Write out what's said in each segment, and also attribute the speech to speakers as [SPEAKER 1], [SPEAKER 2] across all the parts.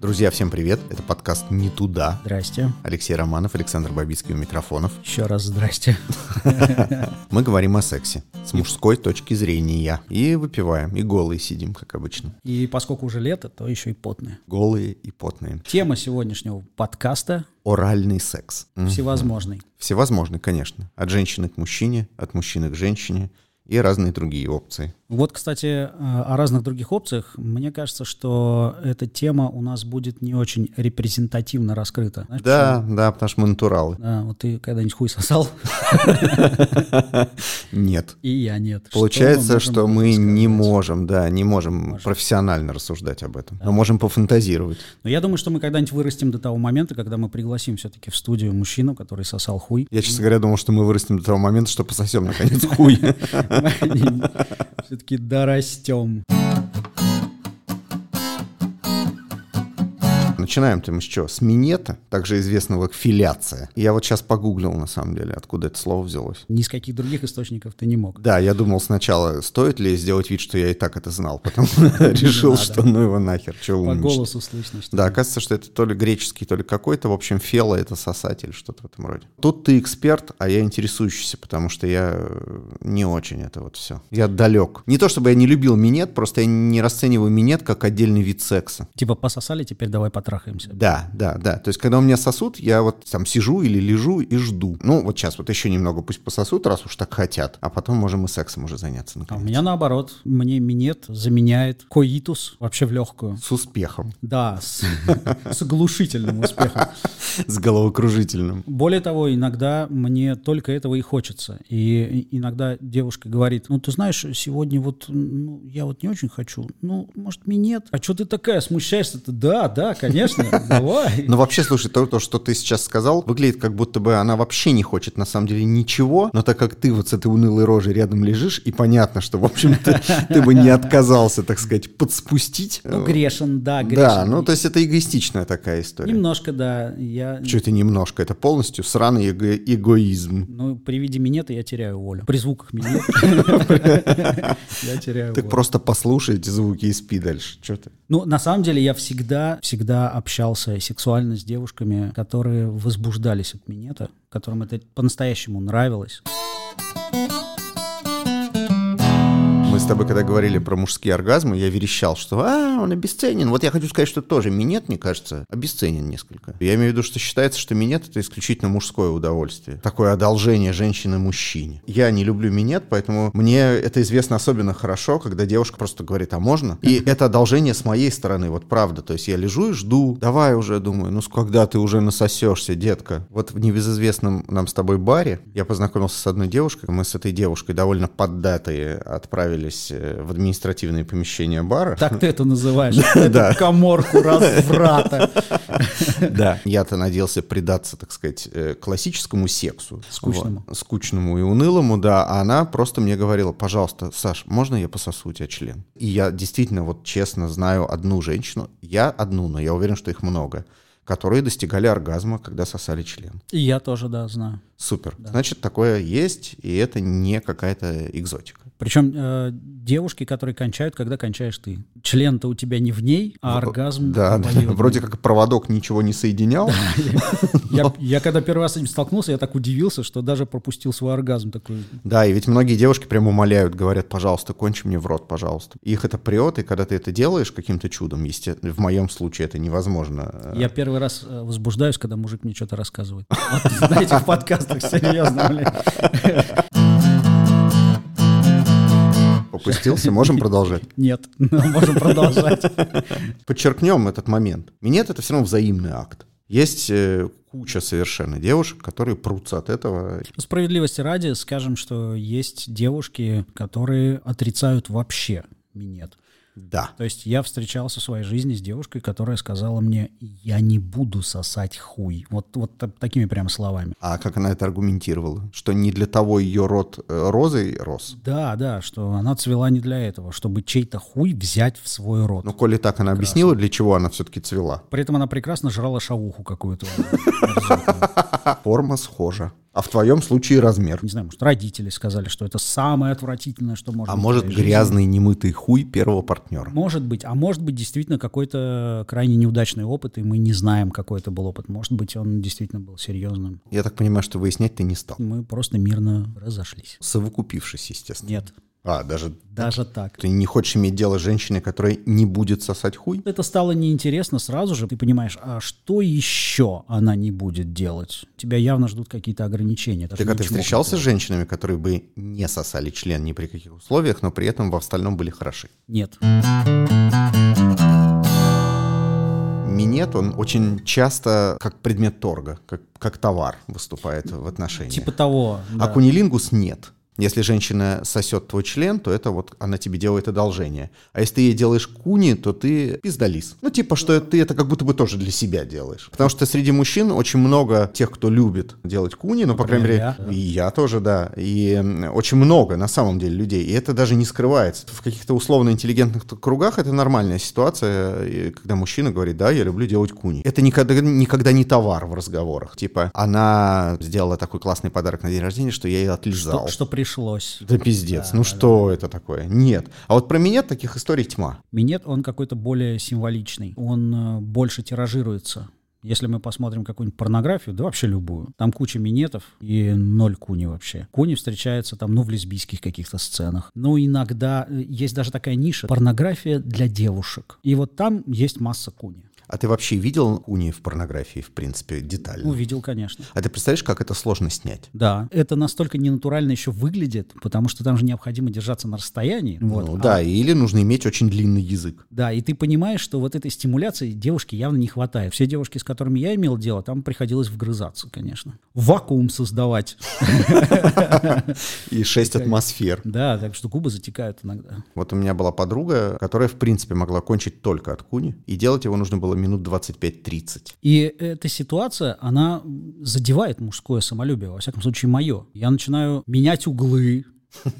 [SPEAKER 1] Друзья, всем привет. Это подкаст «Не туда».
[SPEAKER 2] Здрасте.
[SPEAKER 1] Алексей Романов, Александр Бабицкий у микрофонов.
[SPEAKER 2] Еще раз здрасте.
[SPEAKER 1] Мы говорим о сексе с мужской точки зрения. И выпиваем, и голые сидим, как обычно.
[SPEAKER 2] И поскольку уже лето, то еще и потное.
[SPEAKER 1] Голые и потные.
[SPEAKER 2] Тема сегодняшнего подкаста
[SPEAKER 1] Оральный секс. М.
[SPEAKER 2] всевозможный.
[SPEAKER 1] Всевозможный, конечно. От женщины к мужчине, от мужчины к женщине и разные другие опции.
[SPEAKER 2] Вот, кстати, э, о разных других опциях. Мне кажется, что эта тема у нас будет не очень репрезентативно раскрыта. Знаешь,
[SPEAKER 1] Да, да, потому что мы натуралы.
[SPEAKER 2] почему? Да, вот ты когда-нибудь хуй сосал,
[SPEAKER 1] Нет.
[SPEAKER 2] и я нет. Что мы
[SPEAKER 1] Получается,
[SPEAKER 2] можем
[SPEAKER 1] что мы не
[SPEAKER 2] сказать?
[SPEAKER 1] можем, да, не можем, профессионально рассуждать об этом. Но можем пофантазировать.
[SPEAKER 2] Но Ну, я думаю, что мы когда-нибудь вырастем до того момента, когда мы пригласим все-таки в студию мужчину, который сосал хуй.
[SPEAKER 1] Я, честно говоря, думал, что мы вырастем до того момента, что пососем наконец хуй.
[SPEAKER 2] Все-таки дорастем.
[SPEAKER 1] Начинаем-то мы с чего? С минета, также известного как филяция. Я вот сейчас погуглил, на самом деле, откуда это слово взялось.
[SPEAKER 2] Ни с каких других источников ты не мог.
[SPEAKER 1] Да, я думал сначала, стоит ли сделать вид, что я и так это знал, потом решил,
[SPEAKER 2] надо.
[SPEAKER 1] что ну его нахер, чего
[SPEAKER 2] По
[SPEAKER 1] умничать.
[SPEAKER 2] голосу слышно, что
[SPEAKER 1] Да, оказывается, что это то ли греческий, то ли какой-то, в общем, фела это сосатель, что-то в этом роде. Тут ты эксперт, а я интересующийся, потому что я э, не очень это вот все. Я далек. Не то чтобы я не любил минет, просто я не расцениваю минет как отдельный вид секса.
[SPEAKER 2] типа пососали, теперь давай потрахаемся.
[SPEAKER 1] Да, да, да. То есть, когда у меня сосут, я вот там сижу или лежу и жду. Ну, вот сейчас вот еще немного пусть пососут, раз уж так хотят, а потом можем и сексом уже заняться.
[SPEAKER 2] А у
[SPEAKER 1] наконец.
[SPEAKER 2] меня наоборот, мне минет заменяет коитус вообще в легкую.
[SPEAKER 1] С успехом,
[SPEAKER 2] Да, с, с оглушительным успехом.
[SPEAKER 1] с головокружительным.
[SPEAKER 2] Более того, иногда мне только этого и хочется. И и- иногда девушка говорит, ну, ты знаешь, сегодня вот ну, я вот не очень хочу. Ну, может, минет? А что ты такая смущаешься-то? Да, да, конечно, давай.
[SPEAKER 1] Но Ну, вообще, слушай, то, то, что ты сейчас сказал, выглядит как будто бы она вообще не хочет на самом деле ничего, но так как ты вот с этой унылой рожей рядом лежишь, и понятно, что, в общем, ты, ты бы не отказался, так сказать, подспустить.
[SPEAKER 2] Ну, грешен, да, грешен.
[SPEAKER 1] да, ну то есть это эгоистичная такая история.
[SPEAKER 2] Немножко, да, я...
[SPEAKER 1] Что это немножко? Это полностью сраный эго- эгоизм.
[SPEAKER 2] Ну, при виде минета я теряю волю. При звуках минета я теряю
[SPEAKER 1] Так
[SPEAKER 2] волю.
[SPEAKER 1] просто послушай эти звуки и спи дальше. Че ты?
[SPEAKER 2] Ну, на самом деле, я всегда, всегда общался сексуально с девушками, которые возбуждались от минета, которым это по-настоящему нравилось.
[SPEAKER 1] Мы с тобой, когда говорили про мужские оргазмы, я верещал, что «А, он обесценен». Вот я хочу сказать, что тоже минет, мне кажется, обесценен несколько. Я имею в виду, что считается, что минет — это исключительно мужское удовольствие. Такое одолжение женщины мужчине. Я не люблю минет, поэтому мне это известно особенно хорошо, когда девушка просто говорит «А можно?» И это одолжение с моей стороны, вот правда. То есть я лежу и жду. Давай уже, думаю, ну с- когда ты уже насосешься, детка? Вот в небезызвестном нам с тобой баре я познакомился с одной девушкой. Мы с этой девушкой довольно поддатые отправились э, в административные помещения бара.
[SPEAKER 2] Так ты это называешь. Это коморку разврата.
[SPEAKER 1] Да. Я-то надеялся предаться, так сказать, э, классическому сексу.
[SPEAKER 2] Скучному.
[SPEAKER 1] Вот. Скучному и унылому, да. А она просто мне говорила, пожалуйста, Саш, можно я пососу у тебя член? И я действительно, вот честно, знаю одну женщину. Я одну, но я уверен, что их много которые достигали оргазма, когда сосали член.
[SPEAKER 2] И я тоже, да, знаю.
[SPEAKER 1] Супер. Значит, такое есть, и это не какая-то экзотика.
[SPEAKER 2] Причем э, девушки, которые кончают, когда кончаешь ты. Член-то у тебя не в ней, а оргазм.
[SPEAKER 1] Ну, Да, да.
[SPEAKER 2] твоей.
[SPEAKER 1] вроде как проводок ничего не соединял.
[SPEAKER 2] Я, я когда первый раз с этим столкнулся, я так удивился, что даже пропустил свой оргазм такой.
[SPEAKER 1] Да, и ведь многие девушки прям умоляют, говорят, пожалуйста, кончи мне в рот, пожалуйста. Их это прет, и когда ты это делаешь каким-то чудом, естественно, в моем случае это невозможно. э,
[SPEAKER 2] Я первый раз э, возбуждаюсь, когда мужик мне что-то рассказывает. Вот, знаете, в подкастах серьезно, блин.
[SPEAKER 1] Попустился, можем продолжать.
[SPEAKER 2] Нет, ну, можем продолжать.
[SPEAKER 1] Подчеркнем этот момент. Минет — это все равно взаимный акт. Есть э, куча совершенно девушек, которые прутся от этого.
[SPEAKER 2] Ну, Справедливости ради скажем, что есть девушки, которые отрицают вообще минет.
[SPEAKER 1] Да.
[SPEAKER 2] То есть я встречался в своей жизни с девушкой, которая сказала мне, я не буду сосать хуй. Вот, вот та- такими прямо словами.
[SPEAKER 1] А как она это аргументировала? Что не для того ее рот э, розой рос.
[SPEAKER 2] Да, да, что она цвела не для этого, чтобы чей-то хуй взять в свой рот.
[SPEAKER 1] Но коли так она объяснила, для чего она все-таки цвела.
[SPEAKER 2] При этом она прекрасно жрала шавуху какую-то.
[SPEAKER 1] Форма схожа. А в твоем случае размер.
[SPEAKER 2] Не знаю, может, родители сказали, что это самое отвратительное, что может
[SPEAKER 1] А
[SPEAKER 2] быть. в
[SPEAKER 1] может
[SPEAKER 2] твоей жизни.
[SPEAKER 1] грязный немытый хуй первого партнера.
[SPEAKER 2] Может быть, а может быть действительно какой-то крайне неудачный опыт, и мы не знаем, какой это был опыт. Может быть, он действительно был серьезным.
[SPEAKER 1] Я так понимаю, что выяснять ты не стал.
[SPEAKER 2] Мы просто мирно разошлись.
[SPEAKER 1] Совокупившись, естественно.
[SPEAKER 2] Нет,
[SPEAKER 1] А, даже
[SPEAKER 2] даже так.
[SPEAKER 1] ты не хочешь иметь дело с женщиной, которая не будет сосать хуй?
[SPEAKER 2] Это стало неинтересно сразу же. Ты понимаешь, а что еще она не будет делать? Тебя явно ждут какие-то ограничения.
[SPEAKER 1] Так а ты встречался с женщинами, которые бы не сосали член ни при каких условиях, но при этом во остальном были хороши?
[SPEAKER 2] Нет.
[SPEAKER 1] Минет, он очень часто как предмет торга, как, как товар выступает в отношениях.
[SPEAKER 2] Типа того.
[SPEAKER 1] А
[SPEAKER 2] да.
[SPEAKER 1] кунилингус нет. Если женщина сосет твой член, то это вот она тебе делает одолжение. А если ты ей делаешь куни, то ты пиздалис. Ну, типа, что ты это как будто бы тоже для себя делаешь. Потому что среди мужчин очень много тех, кто любит делать куни, ну, по крайней
[SPEAKER 2] Например,
[SPEAKER 1] мере,
[SPEAKER 2] я.
[SPEAKER 1] и я тоже, да. И м, очень много, на самом деле, людей. И это даже не скрывается. В каких-то условно-интеллигентных т- кругах это нормальная ситуация, и когда мужчина говорит, да, я люблю делать куни. Это никогда, никогда не товар в разговорах. Типа, она сделала такой классный подарок на день рождения, что я ей отлежал.
[SPEAKER 2] Что, что пришлось.
[SPEAKER 1] Да пиздец,
[SPEAKER 2] Да,
[SPEAKER 1] ну
[SPEAKER 2] да,
[SPEAKER 1] что это такое? Нет. А вот про меня таких историй тьма.
[SPEAKER 2] Минет, он какой-то более символичный. Он э, больше тиражируется. Если мы посмотрим какую-нибудь порнографию, да вообще любую, там куча минетов и ноль куни вообще. Куни встречаются там, ну, в лесбийских каких-то сценах. Ну, иногда э, есть даже такая ниша — порнография для девушек. И вот там есть масса куни.
[SPEAKER 1] А ты вообще видел куни в порнографии, в принципе, детально?
[SPEAKER 2] Увидел, конечно.
[SPEAKER 1] А ты представляешь, как это сложно снять?
[SPEAKER 2] Да, это настолько ненатурально еще выглядит, потому что там же необходимо держаться на расстоянии. Вот.
[SPEAKER 1] ну
[SPEAKER 2] А
[SPEAKER 1] да, или нужно иметь очень длинный язык.
[SPEAKER 2] Да, и ты понимаешь, что вот этой стимуляции девушке явно не хватает. Все девушки, с которыми я имел дело, там приходилось вгрызаться, конечно. Вакуум создавать.
[SPEAKER 1] И шесть атмосфер.
[SPEAKER 2] Да, так что губы затекают иногда.
[SPEAKER 1] Вот у меня была подруга, которая, в принципе, могла кончить только от куни, и делать его нужно было минут 25-30.
[SPEAKER 2] И эта ситуация, она задевает мужское самолюбие, во всяком случае, мое. Я начинаю менять углы,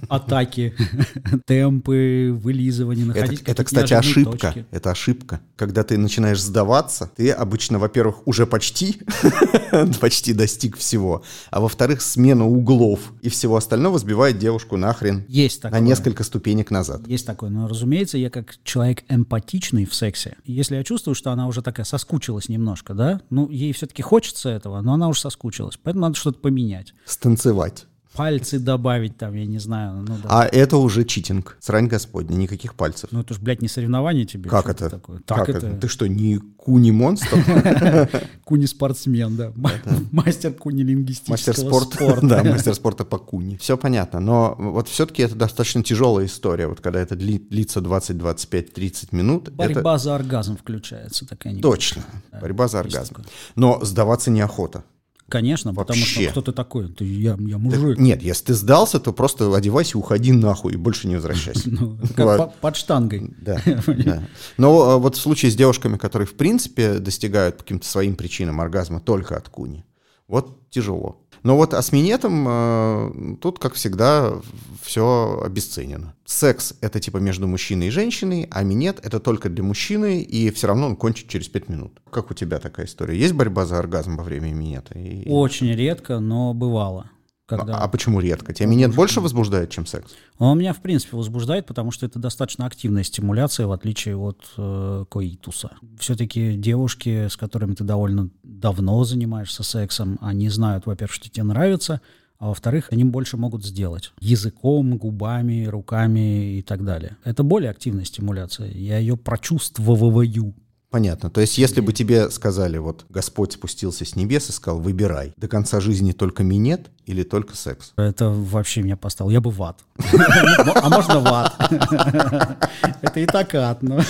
[SPEAKER 2] атаки, темпы, вылизывание,
[SPEAKER 1] Это, это,
[SPEAKER 2] находить какие-то
[SPEAKER 1] кстати,
[SPEAKER 2] неожиданные
[SPEAKER 1] ошибка.
[SPEAKER 2] точки.
[SPEAKER 1] Это ошибка. Когда ты начинаешь сдаваться, ты обычно, во-первых, уже почти, почти достиг всего, а во-вторых, смена углов и всего остального сбивает девушку нахрен
[SPEAKER 2] Есть
[SPEAKER 1] на
[SPEAKER 2] такое.
[SPEAKER 1] несколько ступенек назад.
[SPEAKER 2] Есть такое, но, разумеется, я как человек эмпатичный в сексе. Если я чувствую, что она уже такая соскучилась немножко, да, ну, ей все-таки хочется этого, но она уже соскучилась, поэтому надо что-то поменять.
[SPEAKER 1] Станцевать.
[SPEAKER 2] Пальцы добавить там, я не знаю, ну, да.
[SPEAKER 1] А это уже читинг. Срань Господня, никаких пальцев.
[SPEAKER 2] Ну, это же, блядь, не соревнование тебе.
[SPEAKER 1] как
[SPEAKER 2] что
[SPEAKER 1] это?
[SPEAKER 2] Такое? Так
[SPEAKER 1] Как
[SPEAKER 2] это,
[SPEAKER 1] Ты что, не куни-монстр?
[SPEAKER 2] куни-спортсмен, да. М- Мастер куни-лингвистического
[SPEAKER 1] Мастер спорта.
[SPEAKER 2] спорта.
[SPEAKER 1] да, мастер спорта по куни. Все понятно, но вот все-таки это достаточно тяжелая история. Вот когда это дли- длится 20, 25, 30 минут. Это...
[SPEAKER 2] Борьба за оргазм включается такая. не-
[SPEAKER 1] Точно. Борьба за
[SPEAKER 2] есть
[SPEAKER 1] оргазм.
[SPEAKER 2] такое.
[SPEAKER 1] Но сдаваться неохота.
[SPEAKER 2] Конечно, потому
[SPEAKER 1] Вообще.
[SPEAKER 2] что ну, кто ты такой? Ты, я, я мужик.
[SPEAKER 1] Нет, если ты сдался, то просто одевайся, уходи нахуй и больше не возвращайся.
[SPEAKER 2] Ну, это как
[SPEAKER 1] Ладно.
[SPEAKER 2] по- под штангой.
[SPEAKER 1] Да, да. Но э, вот в случае с девушками, которые в принципе достигают по каким-то своим причинам оргазма только от куни, вот тяжело. Но вот асминетом э, тут, как всегда, все обесценено. Секс — это типа между мужчиной и женщиной, а минет — это только для мужчины, и все равно он кончит через 5 минут. Как у тебя такая история? Есть борьба за оргазм во время минета? И-
[SPEAKER 2] Очень редко, но бывало. Когда...
[SPEAKER 1] А почему редко? Тебя минет больше возбуждает, чем секс?
[SPEAKER 2] Он меня, в принципе, возбуждает, потому что это достаточно активная стимуляция, в отличие от э, коитуса. Все-таки девушки, с которыми ты довольно давно занимаешься сексом, они знают, во-первых, что тебе нравится, а во-вторых, они больше могут сделать. Языком, губами, руками и так далее. Это более активная стимуляция. Я ее прочувствовываю.
[SPEAKER 1] Понятно. То есть, если бы тебе сказали, вот Господь спустился с небес и сказал, выбирай, до конца жизни только минет или только секс.
[SPEAKER 2] Это вообще меня поставил. Я бы в ад. А можно в ад. Это и так ад, но...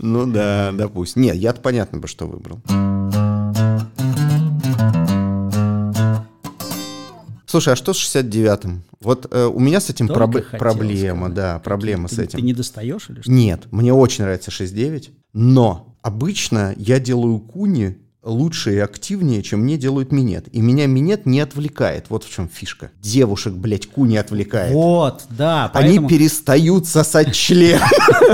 [SPEAKER 1] Ну да, допустим. Нет, я-то понятно бы, что выбрал. Слушай, а что с 69-м? Вот э, у меня с этим
[SPEAKER 2] Только
[SPEAKER 1] проб-
[SPEAKER 2] хотел
[SPEAKER 1] проблема,
[SPEAKER 2] сказать.
[SPEAKER 1] да, проблема с
[SPEAKER 2] Ты-
[SPEAKER 1] этим.
[SPEAKER 2] Ты не достаешь или что?
[SPEAKER 1] Нет, мне очень нравится 6.9, но обычно я делаю куни лучше и активнее, чем мне делают минет. И меня минет не отвлекает. Вот в чем фишка. Девушек, блядь, ку не отвлекает.
[SPEAKER 2] Вот, да.
[SPEAKER 1] Они перестают сосать член.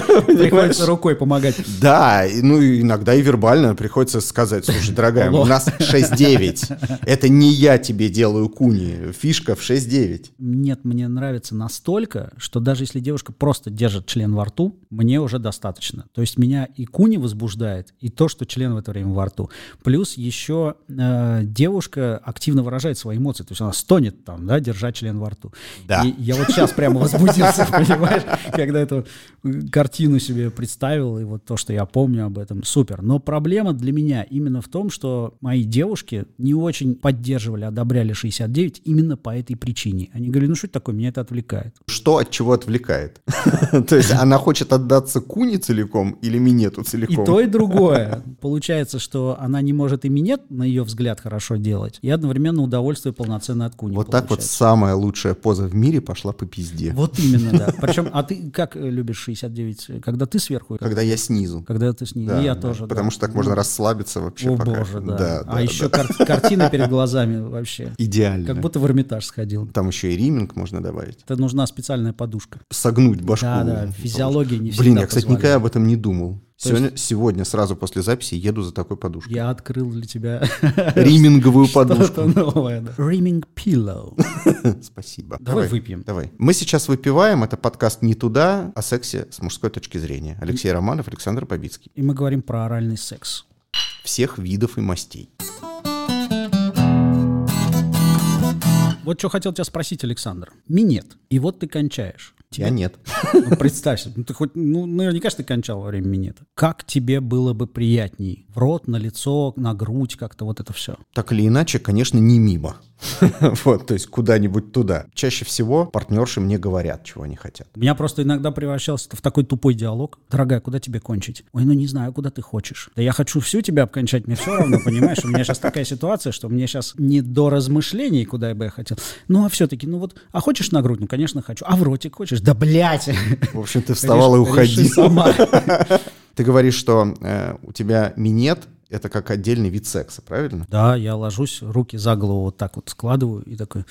[SPEAKER 2] Приходится рукой помогать.
[SPEAKER 1] Да, и, ну и иногда и вербально приходится сказать, слушай, дорогая, у нас 6-9. Это не я тебе делаю куни, фишка в 6-9.
[SPEAKER 2] Нет, мне нравится настолько, что даже если девушка просто держит член во рту, мне уже достаточно. То есть меня и куни возбуждает, и то, что член в это время во рту. Плюс еще э, девушка активно выражает свои эмоции. То есть она стонет там, да, держа член во рту.
[SPEAKER 1] Да.
[SPEAKER 2] И я вот сейчас прямо возбудился, понимаешь, когда эту картину себе представил, и вот то, что я помню об этом, супер. Но проблема для меня именно в том, что мои девушки не очень поддерживали, одобряли 69 именно по этой причине. Они говорили, ну что это такое, меня это отвлекает.
[SPEAKER 1] Что от чего отвлекает? То есть она хочет отдаться куни целиком или минету
[SPEAKER 2] И
[SPEAKER 1] целиком?
[SPEAKER 2] то, и другое. Получается, что она не может и минет, на ее взгляд, хорошо делать, и одновременно удовольствие полноценно от куни
[SPEAKER 1] Вот так вот
[SPEAKER 2] получать.
[SPEAKER 1] самая лучшая поза в мире пошла по пизде.
[SPEAKER 2] Вот именно, да. Причем, а ты как э, любишь 69? Когда ты сверху?
[SPEAKER 1] Когда я снизу.
[SPEAKER 2] Когда ты с ней.
[SPEAKER 1] Да,
[SPEAKER 2] И я
[SPEAKER 1] да,
[SPEAKER 2] тоже. да. Ну,
[SPEAKER 1] Потому что так можно расслабиться вообще.
[SPEAKER 2] О
[SPEAKER 1] пока.
[SPEAKER 2] боже, да.
[SPEAKER 1] да
[SPEAKER 2] а
[SPEAKER 1] да,
[SPEAKER 2] еще
[SPEAKER 1] да.
[SPEAKER 2] кар- картина перед глазами вообще.
[SPEAKER 1] идеально.
[SPEAKER 2] Как будто в Эрмитаж сходил.
[SPEAKER 1] Там еще и риминг можно добавить.
[SPEAKER 2] Это нужна специальная подушка.
[SPEAKER 1] Согнуть башку.
[SPEAKER 2] Да, да, физиология не
[SPEAKER 1] Блин,
[SPEAKER 2] всегда
[SPEAKER 1] я, кстати,
[SPEAKER 2] позволяет.
[SPEAKER 1] никогда об этом не думал.
[SPEAKER 2] То есть-
[SPEAKER 1] Сегодня, сегодня сразу после записи еду за такой подушкой.
[SPEAKER 2] Я открыл для тебя
[SPEAKER 1] Риминговую
[SPEAKER 2] что-то
[SPEAKER 1] подушку.
[SPEAKER 2] новое. да. Rimming pillow.
[SPEAKER 1] Спасибо.
[SPEAKER 2] Давай выпьем.
[SPEAKER 1] Давай. Мы сейчас выпиваем. Это подкаст «Не туда», о сексе с мужской точки зрения. Алексей Романов, Александр Побицкий.
[SPEAKER 2] И мы говорим про оральный секс.
[SPEAKER 1] Всех видов и мастей.
[SPEAKER 2] Вот что хотел тебя спросить, Александр. Минет. И вот ты кончаешь.
[SPEAKER 1] Я нет.
[SPEAKER 2] Ну, представь себе, ну, ты хоть, ну, наверняка же ты кончал во время минета. Как тебе было бы приятней? В рот, на лицо, на грудь, как-то вот это все.
[SPEAKER 1] Так или иначе, конечно, не мимо. Вот, то есть куда-нибудь туда. Чаще всего партнерши мне говорят, чего они хотят.
[SPEAKER 2] У меня просто иногда превращался в такой тупой диалог. Дорогая, куда тебе кончить? Ой, ну не знаю, куда ты хочешь. Да я хочу всю тебя обкончать, мне все равно, понимаешь? У меня сейчас такая ситуация, что мне сейчас не до размышлений, куда я бы я хотел. Ну а все-таки, ну вот, а хочешь на грудь? Ну, конечно, хочу. А в ротик хочешь? Да блядь!
[SPEAKER 1] В общем, ты вставала и
[SPEAKER 2] Реши- реши
[SPEAKER 1] уходила.
[SPEAKER 2] сама.
[SPEAKER 1] Ты говоришь, что э, у тебя минет — это как отдельный вид секса, правильно?
[SPEAKER 2] Да, я ложусь, руки за голову вот так вот складываю и такой...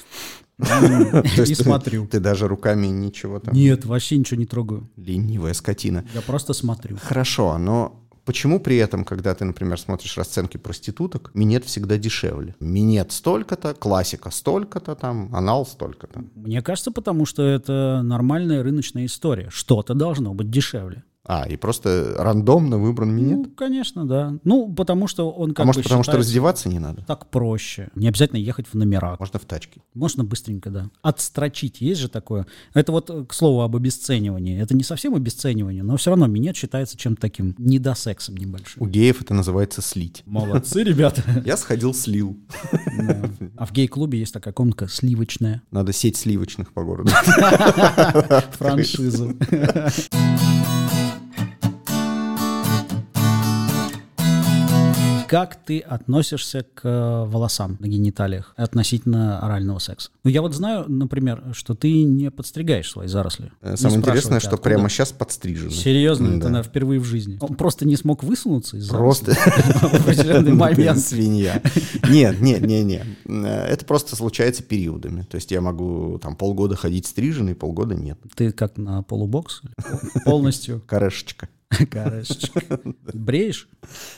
[SPEAKER 2] м,
[SPEAKER 1] То
[SPEAKER 2] И
[SPEAKER 1] есть ты-
[SPEAKER 2] смотрю.
[SPEAKER 1] Ты даже руками ничего там...
[SPEAKER 2] Нет, вообще ничего не трогаю.
[SPEAKER 1] Ленивая скотина.
[SPEAKER 2] Я просто смотрю.
[SPEAKER 1] Хорошо, но почему при этом, когда ты, например, смотришь расценки проституток, минет всегда дешевле? Минет столько-то, классика столько-то там, анал столько-то.
[SPEAKER 2] Мне кажется, потому что это нормальная рыночная история. Что-то должно быть дешевле.
[SPEAKER 1] А, и просто рандомно выбран минет?
[SPEAKER 2] Ну, конечно, да. Ну, потому что он как
[SPEAKER 1] а может,
[SPEAKER 2] бы
[SPEAKER 1] потому что
[SPEAKER 2] считается
[SPEAKER 1] раздеваться не надо?
[SPEAKER 2] так проще. Не обязательно ехать в номера.
[SPEAKER 1] Можно в тачке.
[SPEAKER 2] Можно быстренько, да. Отстрочить, есть же такое. Это вот, э, к слову, об обесценивании. Это не совсем обесценивание, но все равно минет считается чем-то таким недосексом небольшим.
[SPEAKER 1] У геев это называется слить.
[SPEAKER 2] Молодцы, ребята.
[SPEAKER 1] Я сходил, слил.
[SPEAKER 2] Да. А в гей-клубе есть такая комната сливочная.
[SPEAKER 1] Надо сеть сливочных по городу.
[SPEAKER 2] Франшиза. Как ты относишься к э, волосам на гениталиях относительно орального секса? Ну, я вот знаю, например, что ты не подстригаешь свои заросли.
[SPEAKER 1] Э,
[SPEAKER 2] Не
[SPEAKER 1] Самое интересное,
[SPEAKER 2] спрашиваю тебя,
[SPEAKER 1] что
[SPEAKER 2] откуда.
[SPEAKER 1] прямо сейчас подстрижены.
[SPEAKER 2] Серьезно, это
[SPEAKER 1] Да.
[SPEAKER 2] на- впервые в жизни. Он просто не смог высунуться из
[SPEAKER 1] Просто
[SPEAKER 2] зарослей в определенный
[SPEAKER 1] Блин,
[SPEAKER 2] момент.
[SPEAKER 1] свинья. Нет, нет, нет, нет. Это просто случается периодами. То есть я могу там полгода ходить стриженный, полгода нет.
[SPEAKER 2] Ты как на полубокс? или Полностью.
[SPEAKER 1] Корешечка.
[SPEAKER 2] Корешечка. Бреешь?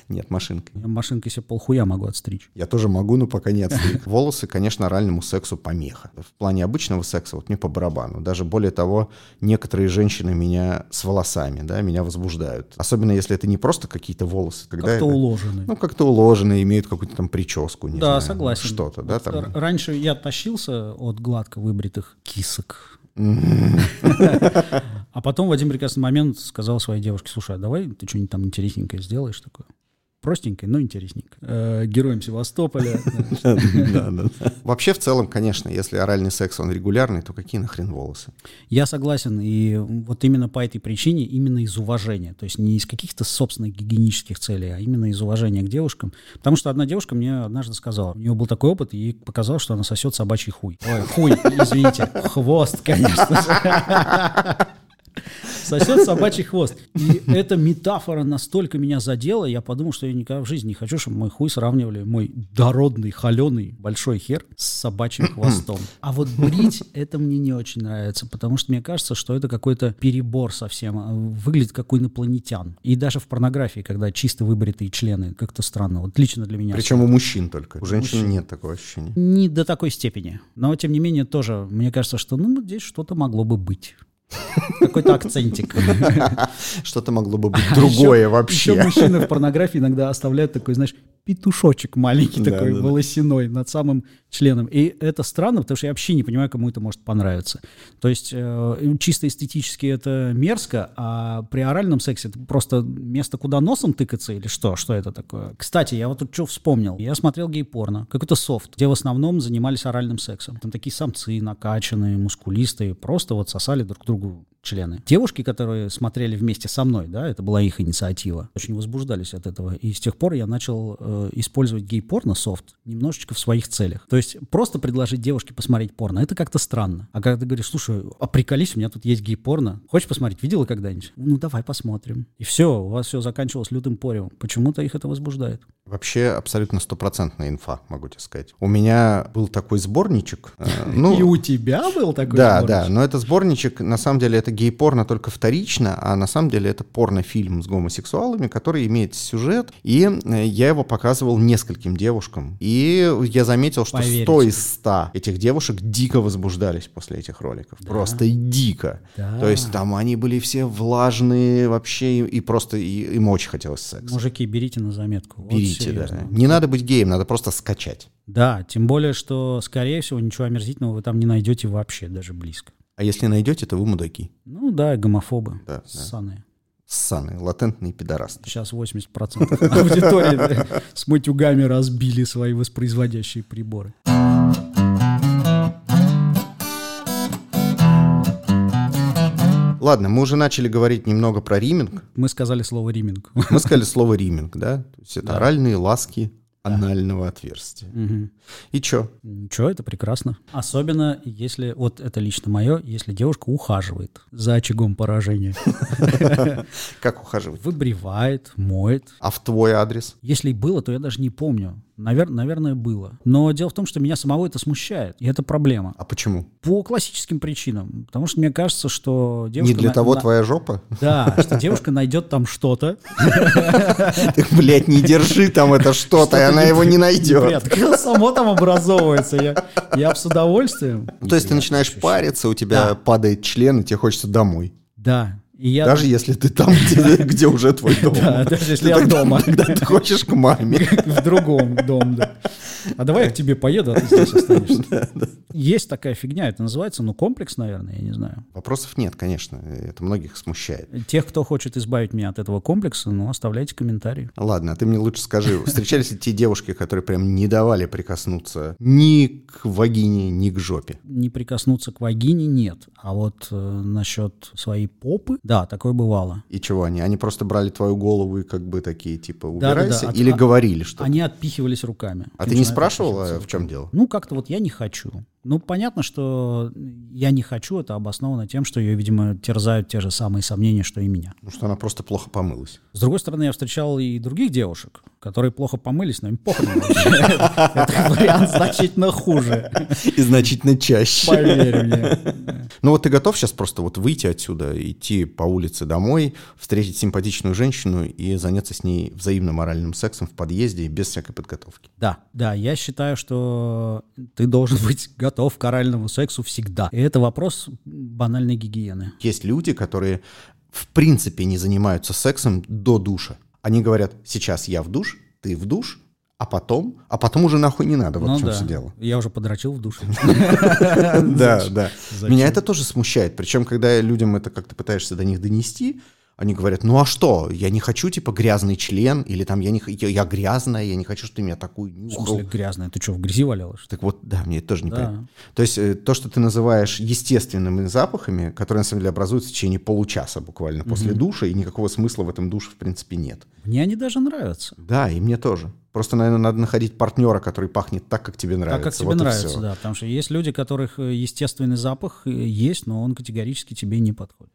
[SPEAKER 1] Нет, машинка.
[SPEAKER 2] Я машинкой себе полхуя могу отстричь.
[SPEAKER 1] Я тоже могу, но пока не отстриг. Волосы, конечно, оральному сексу помеха. В плане обычного секса вот мне по барабану. Даже более того, некоторые женщины меня с волосами, да, меня возбуждают. Особенно если это не просто какие-то волосы. Когда
[SPEAKER 2] Как-то
[SPEAKER 1] это-
[SPEAKER 2] уложенный.
[SPEAKER 1] Ну, как-то уложенные, имеют какую-то там прическу, не
[SPEAKER 2] да,
[SPEAKER 1] знаю,
[SPEAKER 2] согласен.
[SPEAKER 1] Что-то, да,
[SPEAKER 2] Вот р-
[SPEAKER 1] там.
[SPEAKER 2] Раньше я тащился от гладко выбритых кисок. А потом в один прекрасный момент сказал своей девушке, слушай, а давай ты что-нибудь там интересненькое сделаешь такое. Простенькое, но интересненькое. Э, Героем Севастополя.
[SPEAKER 1] Вообще, в целом, конечно, если оральный секс, он регулярный, то какие нахрен волосы?
[SPEAKER 2] Я согласен, и вот именно по этой причине, именно из уважения, то есть не из каких-то собственных гигиенических целей, а именно из уважения к девушкам. Потому что одна девушка мне однажды сказала, у нее был такой опыт, и ей показалось, что она сосет собачий хуй. Ой, хуй, извините, хвост, конечно же. Сосет собачий хвост. И эта метафора настолько меня задела, я подумал, что я никогда в жизни не хочу, чтобы мой хуй сравнивали мой дородный, холеный, большой хер с собачьим хвостом. А вот брить, это мне не очень нравится, потому что мне кажется, что это какой-то перебор совсем. а, Выглядит как у инопланетян. И даже в порнографии, когда чисто выбритые члены, как-то странно. Вот лично для меня.
[SPEAKER 1] Причем у мужчин только. У женщин нет такого ощущения.
[SPEAKER 2] Не до такой степени. Но, тем не менее, тоже, мне кажется, что ну, здесь что-то могло бы быть. Какой-то акцентик.
[SPEAKER 1] Что-то могло бы быть другое
[SPEAKER 2] Еще-
[SPEAKER 1] вообще.
[SPEAKER 2] Еще мужчины в порнографии иногда оставляют такой, знаешь, петушочек маленький
[SPEAKER 1] Да,
[SPEAKER 2] такой,
[SPEAKER 1] да, да.
[SPEAKER 2] волосяной над самым членом. И это странно, потому что я вообще не понимаю, кому это может понравиться. То есть э, чисто эстетически это мерзко, а при оральном сексе это просто место, куда носом тыкаться или что? Что это такое? Кстати, я вот тут что вспомнил. Я смотрел гей-порно, какой-то софт, где в основном занимались оральным сексом. Там такие самцы накачанные, мускулистые, просто вот сосали друг другу члены. Девушки, которые смотрели вместе со мной, да, это была их инициатива, очень возбуждались от этого. И с тех пор я начал э, использовать гей-порно, софт, немножечко в своих целях. То есть просто предложить девушке посмотреть порно, это как-то странно. А когда ты говоришь, слушай, а приколись, у меня тут есть гей-порно, хочешь посмотреть, видела когда-нибудь? Ну давай посмотрим. И все, у вас все заканчивалось лютым поревом. Почему-то их это возбуждает.
[SPEAKER 1] Вообще абсолютно стопроцентная инфа, могу тебе сказать. У меня был такой сборничек. э, ну,
[SPEAKER 2] тебя был такой
[SPEAKER 1] Да, да, но это сборничек, на самом деле это гей-порно только вторично, а на самом деле это порнофильм с гомосексуалами, который имеет сюжет, и э, я его показывал нескольким девушкам. И я заметил, что
[SPEAKER 2] Поверить.
[SPEAKER 1] 100 из 100 этих девушек дико возбуждались после этих роликов. Просто дико.
[SPEAKER 2] Да.
[SPEAKER 1] То есть там они были все влажные вообще, и, и просто и- им очень хотелось секса.
[SPEAKER 2] Мужики, берите на заметку. Вот
[SPEAKER 1] Берите,
[SPEAKER 2] серьезно.
[SPEAKER 1] да. Не надо быть геем, надо просто скачать.
[SPEAKER 2] Да, тем более, что, скорее всего, ничего омерзительного вы там не найдете вообще, даже близко.
[SPEAKER 1] А если найдете, то вы мудаки.
[SPEAKER 2] Ну да, гомофобы.
[SPEAKER 1] Да, да.
[SPEAKER 2] ссаные.
[SPEAKER 1] Ссаные, латентные пидорасты.
[SPEAKER 2] Сейчас 80% аудитории да, с матюгами разбили свои воспроизводящие приборы.
[SPEAKER 1] Ладно, мы уже начали говорить немного про риминг.
[SPEAKER 2] Мы сказали слово риминг.
[SPEAKER 1] Мы сказали слово риминг, да? То есть это оральные ласки анального отверстия.
[SPEAKER 2] Мгм.
[SPEAKER 1] И чё?
[SPEAKER 2] Ничего, это прекрасно. Особенно если, вот это лично мое, если девушка ухаживает за очагом поражения.
[SPEAKER 1] Как ухаживать?
[SPEAKER 2] Выбривает, моет,
[SPEAKER 1] А в твой адрес?
[SPEAKER 2] Если и было, то я даже не помню. Навер- наверное, было. Но дело в том, что меня самого это смущает. И это проблема.
[SPEAKER 1] А почему?
[SPEAKER 2] По классическим причинам. Потому что мне кажется, что девушка...
[SPEAKER 1] Не для
[SPEAKER 2] на-
[SPEAKER 1] того
[SPEAKER 2] на-
[SPEAKER 1] твоя жопа?
[SPEAKER 2] Да, что девушка найдет там что-то.
[SPEAKER 1] Ты, блядь, не держи там это что-то, и она его не найдет.
[SPEAKER 2] Неприятно. Ну, Само там образовывается. Я, я б с удовольствием.
[SPEAKER 1] То есть ты начинаешь париться, у тебя падает член, и тебе хочется домой.
[SPEAKER 2] Да. И я...
[SPEAKER 1] Даже если ты там, где, где уже твой дом.
[SPEAKER 2] Да, даже если
[SPEAKER 1] Ты
[SPEAKER 2] я
[SPEAKER 1] тогда-
[SPEAKER 2] дома.
[SPEAKER 1] Тогда ты хочешь к маме.
[SPEAKER 2] в другом дом, да. А давай я к тебе поеду, а ты здесь останешься. Есть такая фигня, это называется, ну, комплекс, наверное, я не знаю.
[SPEAKER 1] Вопросов нет, конечно. Это многих смущает.
[SPEAKER 2] Тех, кто хочет избавить меня от этого комплекса, ну, оставляйте комментарии.
[SPEAKER 1] Ладно, а ты мне лучше скажи, встречались ли те девушки, которые прям не давали прикоснуться ни к вагине, ни к жопе?
[SPEAKER 2] Не прикоснуться к вагине нет. А вот э, насчет своей попы, да, такое бывало.
[SPEAKER 1] И чего они? Они просто брали твою голову и как бы такие, типа,
[SPEAKER 2] Да-да-да,
[SPEAKER 1] убирайся?
[SPEAKER 2] от-
[SPEAKER 1] Или
[SPEAKER 2] а-
[SPEAKER 1] говорили, что...
[SPEAKER 2] Они отпихивались руками.
[SPEAKER 1] А ты не
[SPEAKER 2] Начинают
[SPEAKER 1] спрашивала,
[SPEAKER 2] отпихиваться
[SPEAKER 1] в чем дело?
[SPEAKER 2] Ну, как-то вот я не хочу. Ну, понятно, что я не хочу, это обосновано тем, что ее, видимо, терзают те же самые сомнения, что и меня.
[SPEAKER 1] Ну, что она просто плохо помылась.
[SPEAKER 2] С другой стороны, я встречал и других девушек, которые плохо помылись, но им похрен. Этот вариант значительно хуже,
[SPEAKER 1] И значительно чаще.
[SPEAKER 2] поверь мне.
[SPEAKER 1] Ну вот ты готов сейчас просто вот выйти отсюда, идти по улице домой, встретить симпатичную женщину и заняться с ней взаимным оральным сексом в подъезде и без всякой подготовки?
[SPEAKER 2] Да, да, я считаю, что ты должен быть готов к оральному сексу всегда. И это вопрос банальной гигиены.
[SPEAKER 1] Есть люди, которые в принципе не занимаются сексом до душа. Они говорят, сейчас я в душ, ты в душ, а потом, а потом уже нахуй не надо, вот
[SPEAKER 2] Ну
[SPEAKER 1] в чем
[SPEAKER 2] да.
[SPEAKER 1] все дело.
[SPEAKER 2] Я уже подрочил в душе. Ну,
[SPEAKER 1] Да, да.
[SPEAKER 2] Зачем?
[SPEAKER 1] Меня это тоже смущает. Причем, когда людям это как-то пытаешься до них донести, они говорят, ну а что, я не хочу, типа, грязный член, или там, я, не, х- я, я грязная, я не хочу, чтобы ты меня такую
[SPEAKER 2] В смысле
[SPEAKER 1] нюхал.
[SPEAKER 2] грязная? Ты что, в грязи валялась?
[SPEAKER 1] Так вот, да, мне это тоже неприятно.
[SPEAKER 2] Да.
[SPEAKER 1] То есть э, то, что ты называешь естественными запахами, которые на самом деле образуются в течение получаса буквально после душа, и никакого смысла в этом душе в принципе нет.
[SPEAKER 2] Мне они даже нравятся.
[SPEAKER 1] Да, и мне тоже. Просто, наверное, надо находить партнера, который пахнет так, как тебе нравится.
[SPEAKER 2] Так, как тебе
[SPEAKER 1] Вот и
[SPEAKER 2] нравится,
[SPEAKER 1] всё.
[SPEAKER 2] да. Потому что есть люди, которых э, естественный запах э, есть, но он категорически тебе не подходит.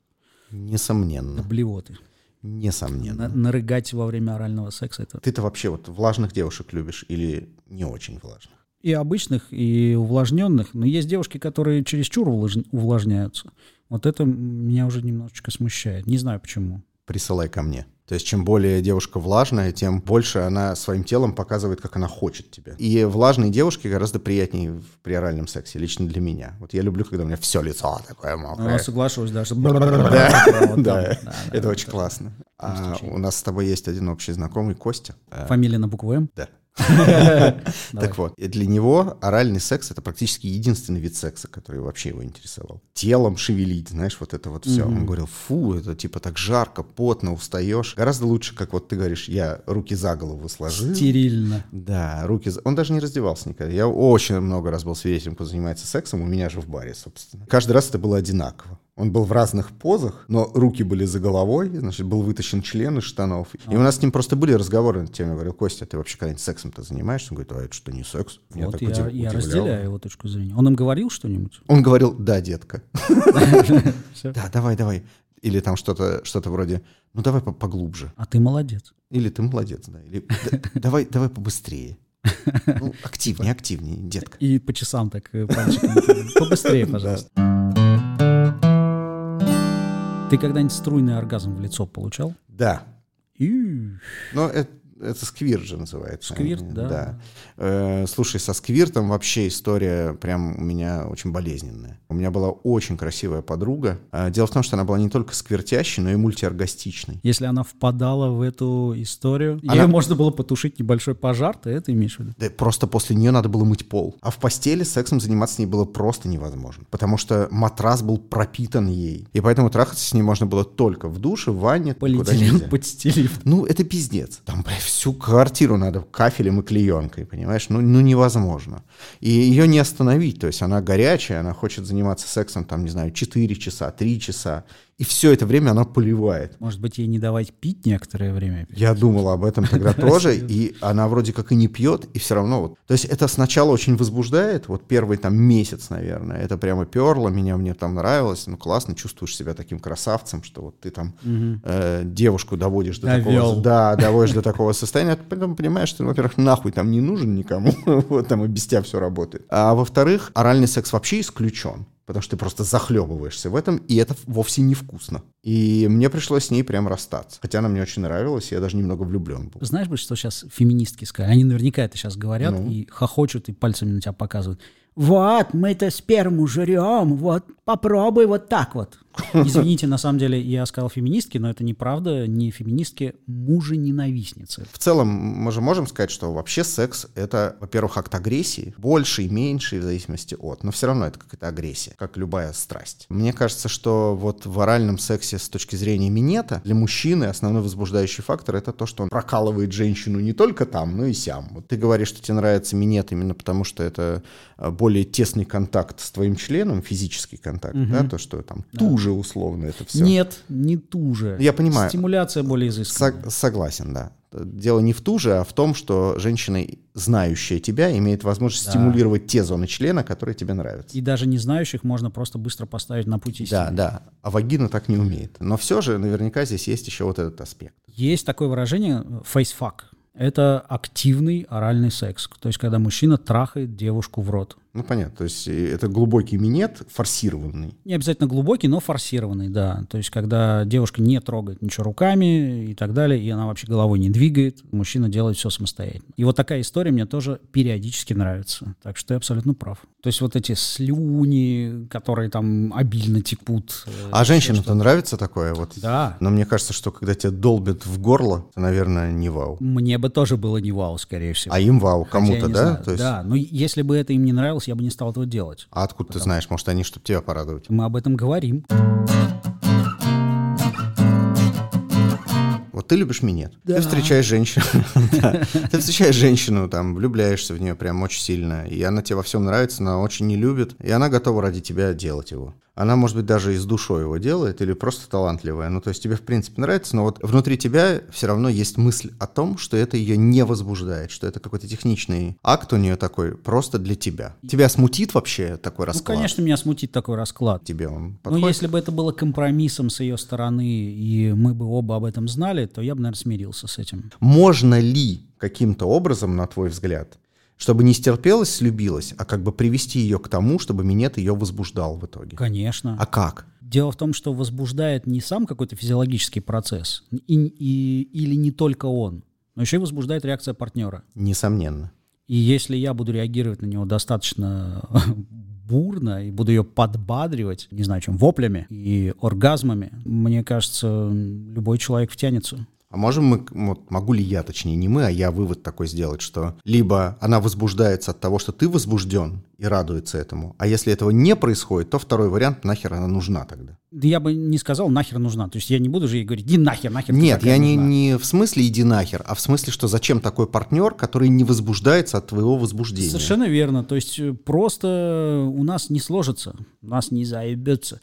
[SPEAKER 2] Да
[SPEAKER 1] Несомненно.
[SPEAKER 2] блевоты. На-
[SPEAKER 1] Несомненно.
[SPEAKER 2] нарыгать во время орального секса. Это
[SPEAKER 1] Ты-то вообще вот влажных девушек любишь или не очень влажных?
[SPEAKER 2] и обычных, и увлажненных. Но есть девушки, которые чересчур увлаж- увлажняются. Вот это меня уже немножечко смущает. Не знаю почему.
[SPEAKER 1] Присылай ко мне. То есть чем более девушка влажная, тем больше она своим телом показывает, как она хочет тебя. И влажные девушки гораздо приятнее в- при оральном сексе, лично для меня. Вот я люблю, когда у меня все лицо такое мокрое.
[SPEAKER 2] А, Соглашусь даже.
[SPEAKER 1] Да, это очень классно. А,
[SPEAKER 2] очень.
[SPEAKER 1] у нас с тобой есть один общий знакомый, Костя. А,
[SPEAKER 2] Фамилия на букву М?
[SPEAKER 1] Да.
[SPEAKER 2] Давай.
[SPEAKER 1] Так вот, и для него оральный секс это практически единственный вид секса, который вообще его интересовал. Телом шевелить, знаешь, вот это вот все. Он говорил, фу, это типа так жарко, потно, устаешь. Гораздо лучше, как вот ты говоришь, я руки за голову сложил.
[SPEAKER 2] Стерильно.
[SPEAKER 1] Да, руки... за- Он даже не раздевался никогда. Я очень много раз был свидетелем, кто занимается сексом, у меня же в баре, собственно. Каждый раз это было одинаково. Он был в разных позах, но руки были за головой, значит, был вытащен член из штанов. И
[SPEAKER 2] А.
[SPEAKER 1] у нас с ним просто были разговоры на эту тему. Я говорил, Костя, ты вообще когда-нибудь сексом-то занимаешься? Он говорит, а это что, не секс? Меня
[SPEAKER 2] Вот
[SPEAKER 1] так
[SPEAKER 2] я,
[SPEAKER 1] удив-
[SPEAKER 2] я
[SPEAKER 1] удивляло.
[SPEAKER 2] разделяю его точку зрения. Он им говорил что-нибудь?
[SPEAKER 1] Он говорил, да, детка.
[SPEAKER 2] Всё.
[SPEAKER 1] Да, давай, давай. Или там что-то что-то вроде, ну давай по- поглубже.
[SPEAKER 2] А ты молодец.
[SPEAKER 1] Или ты молодец, да. Или «Да- давай, давай побыстрее. Ну, активнее, активнее, детка.
[SPEAKER 2] И по часам так э, пальчиком. Побыстрее, пожалуйста. Ты когда-нибудь струйный оргазм в лицо получал?
[SPEAKER 1] Да.
[SPEAKER 2] Ию.
[SPEAKER 1] Но это, это сквирт же называется.
[SPEAKER 2] Сквирт,
[SPEAKER 1] Они-
[SPEAKER 2] да.
[SPEAKER 1] Э, слушай, со сквиртом вообще история прям у меня очень болезненная. У меня была очень красивая подруга. А, Дело в том, что она была не только сквиртящей, но и мультиоргастичной.
[SPEAKER 2] Если она впадала в эту историю,
[SPEAKER 1] Она-
[SPEAKER 2] ее можно было потушить небольшой пожар, ты это имеешь в виду?
[SPEAKER 1] Да просто после нее надо было мыть пол. А в постели сексом заниматься с ней было просто невозможно. Потому что матрас был пропитан ей. И поэтому трахаться с ней можно было только в душе, в ванне. куда нельзя.
[SPEAKER 2] Полиэтилен подстелив.
[SPEAKER 1] Ну, это пиздец. Там, блядь, всю квартиру надо кафелем и клеенкой, понимаешь? Ну, ну, невозможно. И ее не остановить. То есть она горячая, она хочет заниматься сексом, там, не знаю, 4 часа, 3 часа. И все это время она поливает.
[SPEAKER 2] Может быть, ей не давать пить некоторое время?
[SPEAKER 1] Я думал об этом тогда тоже, и она вроде как и не пьет, и все равно вот. То есть это сначала очень возбуждает, вот первый там месяц, наверное, это прямо перло меня, мне там нравилось, ну классно, чувствуешь себя таким красавцем, что вот ты там э, девушку доводишь до
[SPEAKER 2] Довёл.
[SPEAKER 1] такого, да, доводишь до такого состояния, а ты потом понимаешь, что, во-первых, нахуй там не нужен никому, вот там и без тебя все работает, а во-вторых, оральный секс вообще исключен. Потому что ты просто захлебываешься в этом, и это вовсе невкусно. И мне пришлось с ней прям расстаться. Хотя она мне очень нравилась, я даже немного влюблен был.
[SPEAKER 2] Знаешь, вот что сейчас феминистки сказали? Они наверняка это сейчас говорят
[SPEAKER 1] Ну.
[SPEAKER 2] и хохочут, и пальцами на тебя показывают. Вот, мы-то сперму жрем, вот, попробуй вот так вот. Извините, на самом деле, я сказал феминистки, но это неправда, не феминистки, мужа-ненавистницы.
[SPEAKER 1] В целом, мы же можем сказать, что вообще секс — это, во-первых, акт агрессии, больше и меньше в зависимости от, но все равно это какая-то агрессия, как любая страсть. Мне кажется, что вот в оральном сексе с точки зрения минета для мужчины основной возбуждающий фактор — это то, что он прокалывает женщину не только там, но и сям. Вот ты говоришь, что тебе нравится минет именно потому, что это э, более тесный контакт с твоим членом, физический контакт, да, то, что там туже условно это все.
[SPEAKER 2] Нет, не ту же.
[SPEAKER 1] Я понимаю.
[SPEAKER 2] Стимуляция более изысканная.
[SPEAKER 1] Сог- согласен, да. Дело не в туже, а в том, что женщина, знающая тебя, имеет возможность
[SPEAKER 2] Да.
[SPEAKER 1] стимулировать те зоны члена, которые тебе нравятся.
[SPEAKER 2] И даже не знающих можно просто быстро поставить на путь истины.
[SPEAKER 1] Да, да. А вагина так не умеет. Но все же наверняка здесь есть еще вот этот аспект.
[SPEAKER 2] Есть такое выражение э, «фейсфак». Это активный оральный секс. То есть, когда мужчина трахает девушку в рот.
[SPEAKER 1] Ну, понятно. То есть э, это глубокий минет, форсированный.
[SPEAKER 2] Не обязательно глубокий, но форсированный, да. То есть, когда девушка не трогает ничего руками и так далее, и она вообще головой не двигает, мужчина делает все самостоятельно. И вот такая история мне тоже периодически нравится. Так что ты абсолютно прав. То есть, вот эти слюни, которые там обильно текут. э,
[SPEAKER 1] А женщинам-то нравится такое вот?
[SPEAKER 2] Да.
[SPEAKER 1] Но мне кажется, что когда тебя долбят в горло, это, наверное, не вау.
[SPEAKER 2] Мне бы тоже было не вау, скорее всего.
[SPEAKER 1] А им вау,
[SPEAKER 2] Хотя я
[SPEAKER 1] кому-то,
[SPEAKER 2] не
[SPEAKER 1] да?
[SPEAKER 2] знаю.
[SPEAKER 1] То есть-
[SPEAKER 2] Да, но если бы это им не нравилось, я бы не стал этого делать.
[SPEAKER 1] А откуда ты знаешь? Может, они, чтобы тебя порадовать?
[SPEAKER 2] Мы об этом говорим.
[SPEAKER 1] Вот ты любишь минет.
[SPEAKER 2] Да.
[SPEAKER 1] Ты встречаешь женщину. да. Ты встречаешь женщину, там, влюбляешься в нее прям очень сильно. И она тебе во всем нравится, но очень не любит. И она готова ради тебя делать его. Она, может быть, даже из душой его делает или просто талантливая. Ну, то есть тебе, в принципе, нравится, но вот внутри тебя все равно есть мысль о том, что это ее не возбуждает, что это какой-то техничный акт у нее такой просто для тебя. Тебя смутит вообще такой расклад?
[SPEAKER 2] Ну, конечно, меня смутит такой расклад.
[SPEAKER 1] Тебе он подходит?
[SPEAKER 2] Но если бы это было компромиссом с ее стороны, и мы бы оба об этом знали, то я бы, наверное, смирился с этим.
[SPEAKER 1] Можно ли каким-то образом, на твой взгляд, чтобы не стерпелась, слюбилась, а как бы привести ее к тому, чтобы минет ее возбуждал в итоге?
[SPEAKER 2] Конечно.
[SPEAKER 1] А как?
[SPEAKER 2] Дело в том, что возбуждает не сам какой-то физиологический процесс, и, и- или не только он, но еще и возбуждает реакция партнера.
[SPEAKER 1] Несомненно.
[SPEAKER 2] И если я буду реагировать на него достаточно бурно и буду ее подбадривать, не знаю чем, воплями и оргазмами, мне кажется, м, любой человек втянется.
[SPEAKER 1] А можем мы, к- вот могу ли я, точнее, не мы, а я вывод такой сделать, что либо она возбуждается от того, что ты возбужден и радуется этому, а если этого не происходит, то второй вариант, нахер она нужна тогда.
[SPEAKER 2] Да Я бы не сказал, нахер нужна. То есть я не буду же ей говорить, иди нахер, нахер. ты
[SPEAKER 1] Нет,
[SPEAKER 2] такая
[SPEAKER 1] я не,
[SPEAKER 2] нужна».
[SPEAKER 1] не в смысле иди нахер, а в смысле, что зачем такой партнер, который не возбуждается от твоего возбуждения.
[SPEAKER 2] Совершенно верно. То есть э, просто у нас не сложится, у нас не заебется.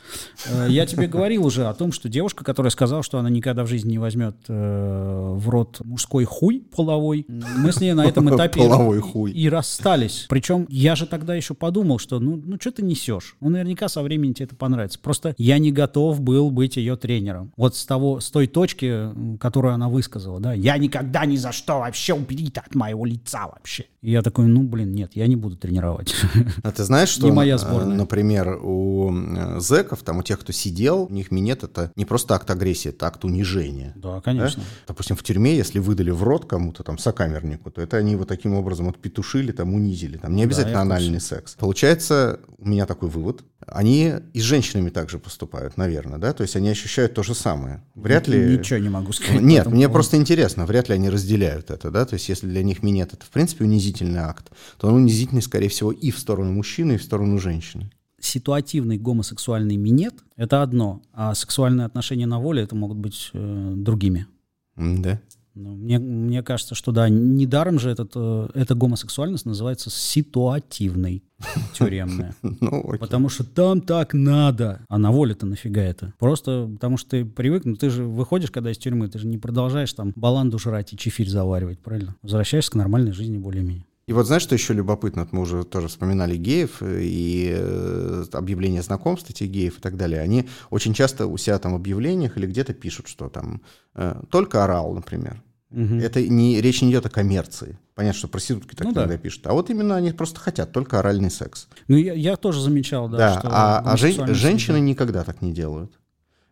[SPEAKER 2] Э, Я тебе говорил уже о том, что девушка, которая сказала, что она никогда в жизни не возьмет э, в рот мужской хуй половой, мы с ней на этом этапе
[SPEAKER 1] Половой хуй.
[SPEAKER 2] и расстались. Причем я же тогда еще подумал, что ну, ну что ты несешь? Ну наверняка со временем тебе это понравится. Просто я не готов был быть ее тренером. Вот с того, с той точки, м, которую она высказала, да, я никогда ни за что вообще убери это от моего лица вообще. И я такой, ну блин, нет, я не буду тренировать.
[SPEAKER 1] А ты знаешь, что,
[SPEAKER 2] Не моя
[SPEAKER 1] э,
[SPEAKER 2] сборная.
[SPEAKER 1] например, у э, зэков, там, у тех, кто сидел, у них минет — это не просто акт агрессии, это акт унижения.
[SPEAKER 2] Да,
[SPEAKER 1] Да?
[SPEAKER 2] конечно.
[SPEAKER 1] Допустим, в тюрьме, если выдали в рот кому-то, там, сокамернику, то это они его таким образом отпетушили, там, унизили. Там не обязательно
[SPEAKER 2] я в курсе.
[SPEAKER 1] анальный секс. Получается, у меня такой вывод, они и с женщинами также поступают, наверное, да? То есть они ощущают то же самое. Вряд ли...
[SPEAKER 2] Ничего не могу сказать. по
[SPEAKER 1] Нет,
[SPEAKER 2] этому
[SPEAKER 1] мне
[SPEAKER 2] поводу.
[SPEAKER 1] просто интересно, вряд ли они разделяют это, да, то есть если для них минет это, в принципе, унизительный акт, то он унизительный, скорее всего, и в сторону мужчины, и в сторону женщины.
[SPEAKER 2] ситуативный гомосексуальный минет — это одно, а сексуальные отношения на воле — это могут быть э, другими.
[SPEAKER 1] Да.
[SPEAKER 2] Ну, мне, мне кажется, что да, недаром же этот, э, эта гомосексуальность называется ситуативной тюремная.
[SPEAKER 1] Ну, окей.
[SPEAKER 2] Потому что там так надо. А на воле-то нафига это? Просто потому что ты привык, ну ты же выходишь, когда из тюрьмы, ты же не продолжаешь там баланду жрать и чефирь заваривать, правильно? Возвращаешься к нормальной жизни более-менее.
[SPEAKER 1] И вот знаешь, что еще любопытно? Вот мы уже тоже вспоминали геев э, и э, объявления знакомств этих геев и так далее. Они очень часто у себя там в объявлениях или где-то пишут, что там э, только орал, например.
[SPEAKER 2] Мгм.
[SPEAKER 1] Это не, речь не идет о коммерции. Понятно, что проститутки так
[SPEAKER 2] Ну да.
[SPEAKER 1] иногда пишут. А вот именно они просто хотят только оральный секс.
[SPEAKER 2] Ну я, я тоже замечал, да,
[SPEAKER 1] Да,
[SPEAKER 2] что
[SPEAKER 1] а, а жен-
[SPEAKER 2] гомосексуальность-
[SPEAKER 1] женщины никогда так не делают.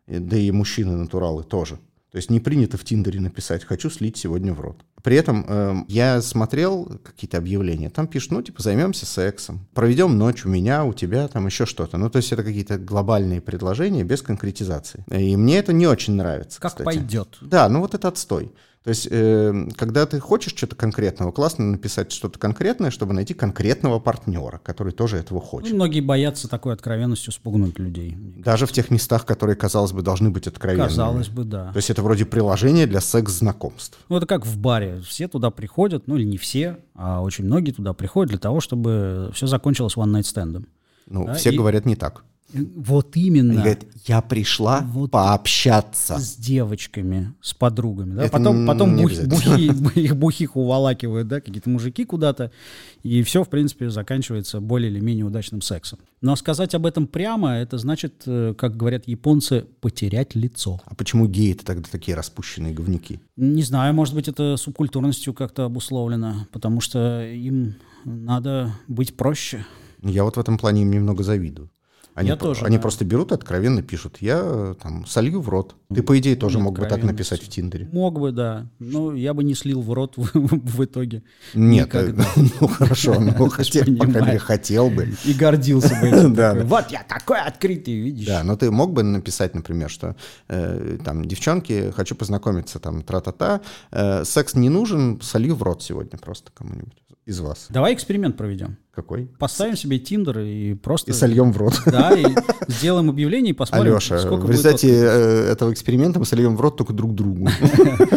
[SPEAKER 1] И- Да и мужчины-натуралы тоже. То есть не принято в Тиндере написать «хочу слить сегодня в рот». При этом эм, я смотрел какие-то объявления, там пишут, ну, типа, займемся сексом, проведем ночь у меня, у тебя, там еще что-то. Ну, то есть это какие-то глобальные предложения без конкретизации. И мне это не очень нравится,
[SPEAKER 2] Как
[SPEAKER 1] кстати.
[SPEAKER 2] пойдет.
[SPEAKER 1] Да, ну вот это отстой. То есть, эм, когда ты хочешь что-то конкретного, классно написать что-то конкретное, чтобы найти конкретного партнера, который тоже этого хочет.
[SPEAKER 2] Ну, многие боятся такой откровенностью спугнуть людей.
[SPEAKER 1] Даже в тех местах, которые, казалось бы, должны быть откровенными.
[SPEAKER 2] Казалось бы, да.
[SPEAKER 1] То есть это вроде приложение для секс-знакомств.
[SPEAKER 2] Ну, это как в баре. Все туда приходят, ну, или не все, а очень многие туда приходят для того, чтобы все закончилось one-night стендом.
[SPEAKER 1] Ну,
[SPEAKER 2] Да,
[SPEAKER 1] все
[SPEAKER 2] и-
[SPEAKER 1] говорят не так.
[SPEAKER 2] Вот
[SPEAKER 1] Они
[SPEAKER 2] именно
[SPEAKER 1] говорят, я пришла
[SPEAKER 2] Вот.
[SPEAKER 1] пообщаться.
[SPEAKER 2] с девочками, с подругами. Да?
[SPEAKER 1] Это
[SPEAKER 2] Потом,
[SPEAKER 1] н-
[SPEAKER 2] потом
[SPEAKER 1] не
[SPEAKER 2] бух-
[SPEAKER 1] обязательно.
[SPEAKER 2] бухи- их бухих уволакивают, да, какие-то мужики куда-то. И все, в принципе, заканчивается более или менее удачным сексом. Но сказать об этом прямо, это значит, э, как говорят японцы, потерять лицо.
[SPEAKER 1] А почему геи-то тогда такие распущенные говнюки?
[SPEAKER 2] Не знаю, может быть, это субкультурностью как-то обусловлено, потому что им надо быть проще.
[SPEAKER 1] Ну, Я вот в этом плане им немного завидую. Они,
[SPEAKER 2] Я
[SPEAKER 1] про-
[SPEAKER 2] тоже,
[SPEAKER 1] они
[SPEAKER 2] да.
[SPEAKER 1] просто берут и откровенно пишут, я э, там солью в рот. Ты, по идее, тоже
[SPEAKER 2] Ну,
[SPEAKER 1] мог бы так
[SPEAKER 2] откровенность.
[SPEAKER 1] написать в Тиндере.
[SPEAKER 2] Мог бы, да, но я бы не слил в рот в, в итоге
[SPEAKER 1] Нет, э,
[SPEAKER 2] Никогда.
[SPEAKER 1] ну хорошо, ну
[SPEAKER 2] Ты ж
[SPEAKER 1] хотел, по крайней мере,
[SPEAKER 2] понимаешь.
[SPEAKER 1] хотел бы.
[SPEAKER 2] и гордился бы этим.
[SPEAKER 1] Да,
[SPEAKER 2] Такой, Вот я такой открытый, видишь.
[SPEAKER 1] Да, но ты мог бы написать, например, что э, там, девчонки, хочу познакомиться, там, тра-та-та, э, секс не нужен, солью в рот сегодня просто кому-нибудь из вас.
[SPEAKER 2] Давай эксперимент проведем.
[SPEAKER 1] Какой?
[SPEAKER 2] Поставим себе Тиндер и просто...
[SPEAKER 1] И сольем в рот.
[SPEAKER 2] Да, и сделаем объявление и посмотрим,
[SPEAKER 1] Алеша, в
[SPEAKER 2] сколько будет
[SPEAKER 1] результате
[SPEAKER 2] откликов.
[SPEAKER 1] э, этого эксперимента мы сольем в рот только друг другу.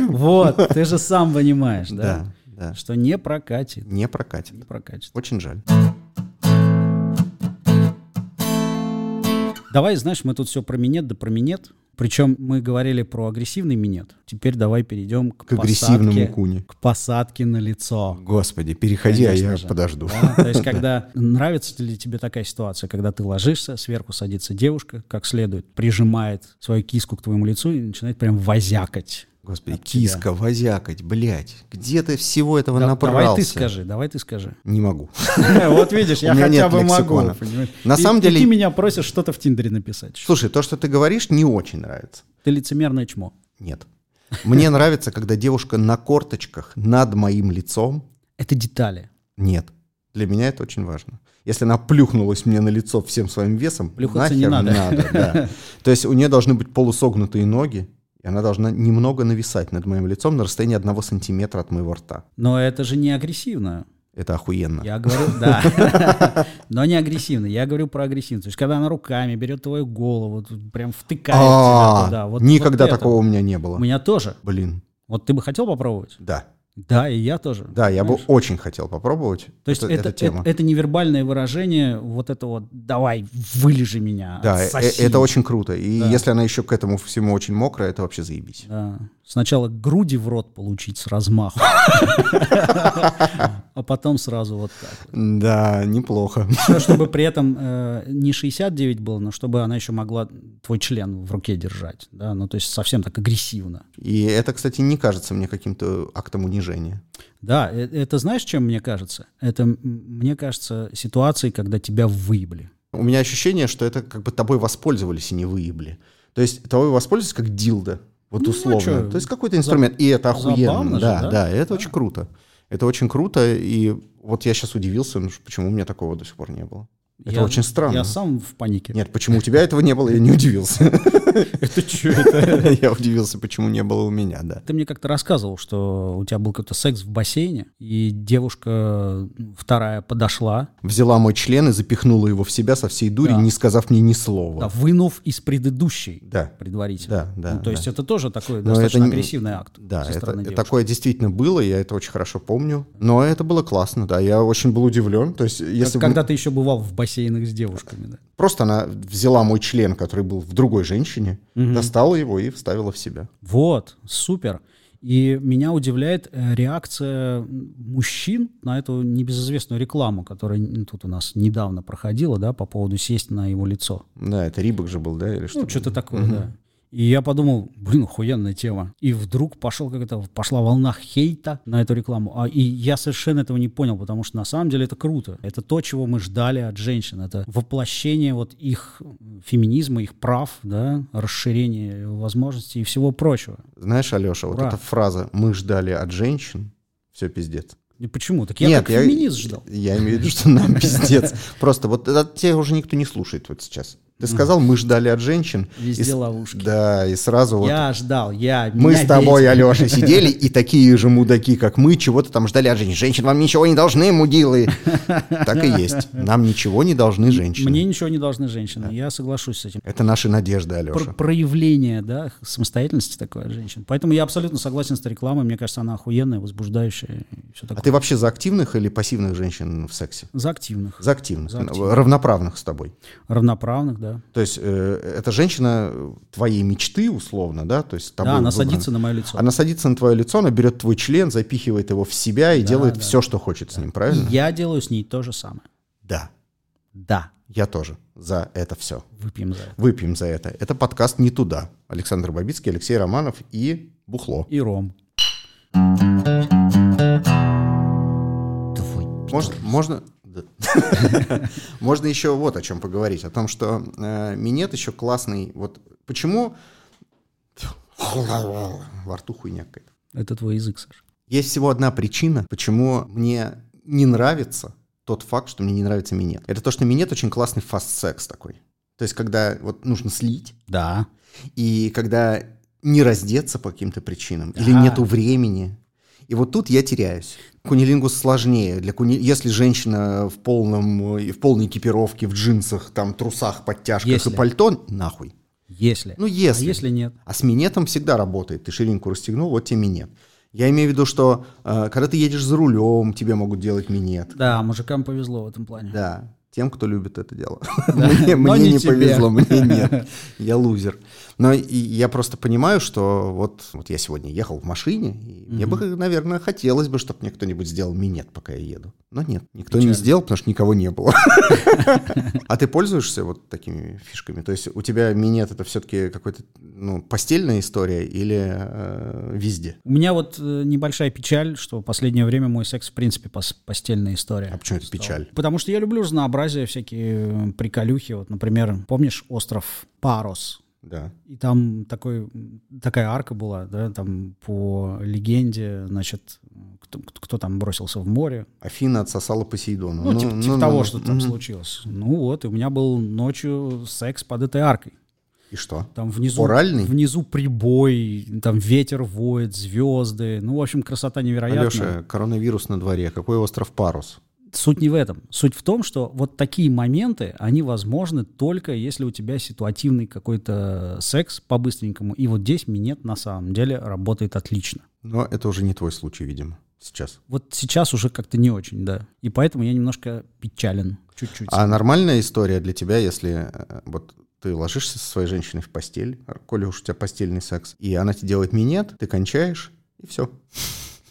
[SPEAKER 2] Вот, ты же сам понимаешь, да?
[SPEAKER 1] да.
[SPEAKER 2] Что не прокатит,
[SPEAKER 1] Не прокатит.
[SPEAKER 2] не прокатит.
[SPEAKER 1] Очень жаль.
[SPEAKER 2] Давай, знаешь, мы тут все про минет, да про минет. Причем мы говорили про агрессивный минет. Теперь давай перейдем к,
[SPEAKER 1] К агрессивному
[SPEAKER 2] посадке-
[SPEAKER 1] куне.
[SPEAKER 2] К посадке на лицо.
[SPEAKER 1] Господи, переходи, а я
[SPEAKER 2] Конечно же.
[SPEAKER 1] подожду.
[SPEAKER 2] Да, то есть, когда нравится ли тебе такая ситуация, когда ты ложишься, сверху садится девушка, как следует, прижимает свою киску к твоему лицу и начинает прям возякать.
[SPEAKER 1] Господи,
[SPEAKER 2] От тебя.
[SPEAKER 1] киска, возякать, блять. Где ты всего этого
[SPEAKER 2] Да-
[SPEAKER 1] набрался?
[SPEAKER 2] давай ты скажи, давай ты скажи.
[SPEAKER 1] Не могу.
[SPEAKER 2] Вот видишь,
[SPEAKER 1] У
[SPEAKER 2] я
[SPEAKER 1] меня
[SPEAKER 2] хотя
[SPEAKER 1] нет
[SPEAKER 2] бы могу.
[SPEAKER 1] лексикона.
[SPEAKER 2] понимаешь?
[SPEAKER 1] На
[SPEAKER 2] И-
[SPEAKER 1] самом
[SPEAKER 2] и
[SPEAKER 1] деле-
[SPEAKER 2] ты меня просишь что-то в Тиндере написать.
[SPEAKER 1] Слушай, то, что ты говоришь, не очень нравится.
[SPEAKER 2] Ты лицемерное чмо.
[SPEAKER 1] Нет. Мне нравится, когда девушка на корточках над моим лицом.
[SPEAKER 2] Это детали.
[SPEAKER 1] Нет. Для меня это очень важно. Если она плюхнулась мне на лицо всем своим весом,
[SPEAKER 2] Плюхаться
[SPEAKER 1] нахер
[SPEAKER 2] не надо.
[SPEAKER 1] да. То есть у нее должны быть полусогнутые ноги, и она должна немного нависать над моим лицом на расстоянии одного сантиметра от моего рта.
[SPEAKER 2] Но это же не агрессивно.
[SPEAKER 1] Это охуенно.
[SPEAKER 2] Я говорю, да. Но не агрессивно. Я говорю про агрессивность. То есть, когда она руками берет твою голову, тут прям втыкает тебя
[SPEAKER 1] А,
[SPEAKER 2] туда. Вот-
[SPEAKER 1] Никогда
[SPEAKER 2] вот это.
[SPEAKER 1] такого у меня не
[SPEAKER 2] У
[SPEAKER 1] было.
[SPEAKER 2] меня тоже.
[SPEAKER 1] Блин,
[SPEAKER 2] Вот ты бы хотел попробовать?
[SPEAKER 1] да.
[SPEAKER 2] Да, и я тоже.
[SPEAKER 1] Да, я бы
[SPEAKER 2] Понимаешь?
[SPEAKER 1] очень хотел попробовать
[SPEAKER 2] То есть
[SPEAKER 1] это-
[SPEAKER 2] это,
[SPEAKER 1] эту тему.
[SPEAKER 2] это- это невербальное выражение вот этого «давай, вылежи меня,
[SPEAKER 1] Да, э-
[SPEAKER 2] отсоси».
[SPEAKER 1] это очень круто. И
[SPEAKER 2] Да.
[SPEAKER 1] если она еще к этому всему очень мокрая, это вообще заебись.
[SPEAKER 2] Да. Сначала груди в рот получить с размаху, а потом сразу вот так.
[SPEAKER 1] Да, неплохо.
[SPEAKER 2] Всё, Чтобы при этом э, не 69 было, но чтобы она еще могла твой член в руке держать. Да, ну то есть совсем так агрессивно.
[SPEAKER 1] И это, кстати, не кажется мне каким-то актом унижения.
[SPEAKER 2] Да, э- это знаешь, чем мне кажется? Это, м, мне кажется, ситуации, когда тебя выебли.
[SPEAKER 1] У меня ощущение, что это как бы тобой воспользовались и не выебли. То есть тобой воспользовались как дилда, вот
[SPEAKER 2] Ну, а
[SPEAKER 1] условно.
[SPEAKER 2] чё,
[SPEAKER 1] То есть какой-то инструмент, и это
[SPEAKER 2] забавно
[SPEAKER 1] охуенно.
[SPEAKER 2] же,
[SPEAKER 1] Да,
[SPEAKER 2] да?
[SPEAKER 1] да, и это
[SPEAKER 2] Да.
[SPEAKER 1] очень круто. Это очень круто, и вот я сейчас удивился, ну, почему у меня такого до сих пор не было. Это
[SPEAKER 2] Я-
[SPEAKER 1] очень странно.
[SPEAKER 2] Я сам в панике.
[SPEAKER 1] Нет, почему у тебя этого не было, я не удивился.
[SPEAKER 2] Это что это?
[SPEAKER 1] Я удивился, почему не было у меня, да.
[SPEAKER 2] Ты мне как-то рассказывал, что у тебя был какой-то секс в бассейне, и девушка вторая подошла,
[SPEAKER 1] Взяла мой член и запихнула его в себя со всей дури,
[SPEAKER 2] Да.
[SPEAKER 1] не сказав мне ни
[SPEAKER 2] да,
[SPEAKER 1] слова.
[SPEAKER 2] вынув из предыдущей
[SPEAKER 1] Да,
[SPEAKER 2] предварительно.
[SPEAKER 1] да, да.
[SPEAKER 2] Ну, то есть это тоже такой
[SPEAKER 1] Но
[SPEAKER 2] достаточно
[SPEAKER 1] это не-
[SPEAKER 2] агрессивный акт
[SPEAKER 1] Да,
[SPEAKER 2] со
[SPEAKER 1] это-
[SPEAKER 2] стороны
[SPEAKER 1] это
[SPEAKER 2] девушки.
[SPEAKER 1] такое действительно было, я это очень хорошо помню. Но это было классно, да, я очень был удивлен. То есть,
[SPEAKER 2] Как-
[SPEAKER 1] если бы-
[SPEAKER 2] Когда ты еще бывал в бассейнах с девушками, да.
[SPEAKER 1] просто она взяла мой член, который был в другой женщине,
[SPEAKER 2] Мгм.
[SPEAKER 1] достала его и вставила в себя.
[SPEAKER 2] Вот, супер. И меня удивляет э, реакция мужчин на эту небезызвестную рекламу, которая м, тут у нас недавно проходила, да, по поводу сесть на его лицо.
[SPEAKER 1] Да, это Рибок же был, да, или что?
[SPEAKER 2] Ну, что-то такое, да. И я подумал, блин, охуенная тема. И вдруг пошел как это, пошла волна хейта на эту рекламу. А, и я совершенно этого не понял, потому что на самом деле это круто. Это то, чего мы ждали от женщин. Это воплощение вот их феминизма, их прав, да, расширение возможностей и всего прочего.
[SPEAKER 1] Знаешь, Алеша, вот
[SPEAKER 2] Ура.
[SPEAKER 1] эта фраза «мы ждали от женщин», все пиздец.
[SPEAKER 2] И почему? Так я как феминист ждал.
[SPEAKER 1] Я имею в виду, что нам пиздец. Просто вот это тебя уже никто не слушает вот сейчас. Ты сказал, мы ждали от женщин.
[SPEAKER 2] Везде
[SPEAKER 1] и с-
[SPEAKER 2] ловушки.
[SPEAKER 1] Да, и сразу вот
[SPEAKER 2] Я ждал, я...
[SPEAKER 1] Мы
[SPEAKER 2] меня
[SPEAKER 1] с тобой,
[SPEAKER 2] бесит.
[SPEAKER 1] Алеша, сидели, и такие же мудаки, как мы, чего-то там ждали от женщин. Женщин вам ничего не должны, мудилы. Так и есть. Нам ничего не должны женщины.
[SPEAKER 2] Мне ничего не должны женщины, я соглашусь с этим.
[SPEAKER 1] Это наши надежды, Алеша.
[SPEAKER 2] про- проявление, да, самостоятельности такой от женщин. Поэтому я абсолютно согласен с этой рекламой. Мне кажется, она охуенная, возбуждающая и все
[SPEAKER 1] А
[SPEAKER 2] такое.
[SPEAKER 1] ты вообще за активных или пассивных женщин в сексе?
[SPEAKER 2] За активных,
[SPEAKER 1] За активных.
[SPEAKER 2] За активных.
[SPEAKER 1] Равноправных с тобой.
[SPEAKER 2] равноправных, да.
[SPEAKER 1] То есть э, эта женщина э, твоей мечты, условно, да? То есть тобой
[SPEAKER 2] да, она
[SPEAKER 1] выбрана.
[SPEAKER 2] садится на мое лицо.
[SPEAKER 1] Она садится на твое лицо, она берет твой член, запихивает его в себя и
[SPEAKER 2] Да,
[SPEAKER 1] делает
[SPEAKER 2] да.
[SPEAKER 1] все, что хочет с ним,
[SPEAKER 2] И
[SPEAKER 1] правильно?
[SPEAKER 2] я делаю с ней то же самое.
[SPEAKER 1] Да,
[SPEAKER 2] Да,
[SPEAKER 1] я тоже за это все.
[SPEAKER 2] выпьем за это.
[SPEAKER 1] Выпьем за это. Это подкаст «Не туда». Александр Бабицкий, Алексей Романов и Бухло.
[SPEAKER 2] И ром. Твой
[SPEAKER 1] Можно, можно, да. можно еще вот о чем поговорить. О том, что э, минет еще классный. Вот почему... Во рту хуйня какая-то.
[SPEAKER 2] Это твой язык, Саша.
[SPEAKER 1] Есть всего одна причина, почему мне не нравится тот факт, что мне не нравится минет. Это то, что минет очень классный фаст-секс такой. То есть, когда вот нужно слить,
[SPEAKER 2] Да.
[SPEAKER 1] и когда не раздеться по каким-то причинам,
[SPEAKER 2] Да.
[SPEAKER 1] или нету времени. И вот тут я теряюсь. Кунилингус сложнее. Для куни... Если женщина в, полном, э, в полной экипировке, в джинсах, там, трусах, подтяжках
[SPEAKER 2] Если.
[SPEAKER 1] и пальто, нахуй.
[SPEAKER 2] Если.
[SPEAKER 1] Ну, если.
[SPEAKER 2] А если нет?
[SPEAKER 1] А с минетом всегда работает. Ты ширинку расстегнул, вот тебе минет. Я имею в виду, что э, когда ты едешь за рулем, тебе могут делать минет.
[SPEAKER 2] Да, мужикам повезло в этом плане.
[SPEAKER 1] Да. тем, кто любит это дело. Мне,
[SPEAKER 2] но
[SPEAKER 1] мне
[SPEAKER 2] не
[SPEAKER 1] не
[SPEAKER 2] тебе.
[SPEAKER 1] повезло, мне нет. Я лузер. Но и я просто понимаю, что вот, вот я сегодня ехал в машине, и мне бы, наверное, хотелось бы, чтобы мне кто-нибудь сделал минет, пока я еду. Но нет, никто не
[SPEAKER 2] Печально.
[SPEAKER 1] сделал, потому что никого не было. А ты пользуешься вот такими фишками? То есть у тебя минет это все-таки какой-то ну, постельная история или э, везде?
[SPEAKER 2] У меня вот э, небольшая печаль, что в последнее время мой секс, в принципе, пос- постельная история.
[SPEAKER 1] А почему это печаль?
[SPEAKER 2] Потому что я люблю разнообразие, всякие э, приколюхи. Вот, например, помнишь остров Парос?
[SPEAKER 1] Да.
[SPEAKER 2] И там такой, такая арка была, да, там по легенде, значит, кто, кто там бросился в море.
[SPEAKER 1] Афина отсосала Посейдону.
[SPEAKER 2] Ну, типа, типа
[SPEAKER 1] ну,
[SPEAKER 2] того,
[SPEAKER 1] ну.
[SPEAKER 2] что там случилось. Ну вот, и у меня был ночью секс под этой аркой.
[SPEAKER 1] И что?
[SPEAKER 2] Там внизу,
[SPEAKER 1] Оральный?
[SPEAKER 2] внизу прибой, там ветер воет, звезды. Ну, в общем, красота невероятная.
[SPEAKER 1] Алеша, коронавирус на дворе. Какой остров Парус?
[SPEAKER 2] Суть не в этом. Суть в том, что вот такие моменты, они возможны только если у тебя ситуативный какой-то секс по-быстренькому. И вот здесь минет на самом деле работает отлично.
[SPEAKER 1] Но это уже не твой случай, видимо, сейчас.
[SPEAKER 2] Вот сейчас уже как-то не очень, да. И поэтому я немножко печален. Чуть-чуть.
[SPEAKER 1] А нормальная история для тебя, если э, вот ты ложишься со своей женщиной в постель, а коли уж у тебя постельный секс, и она тебе делает минет, ты кончаешь, и все.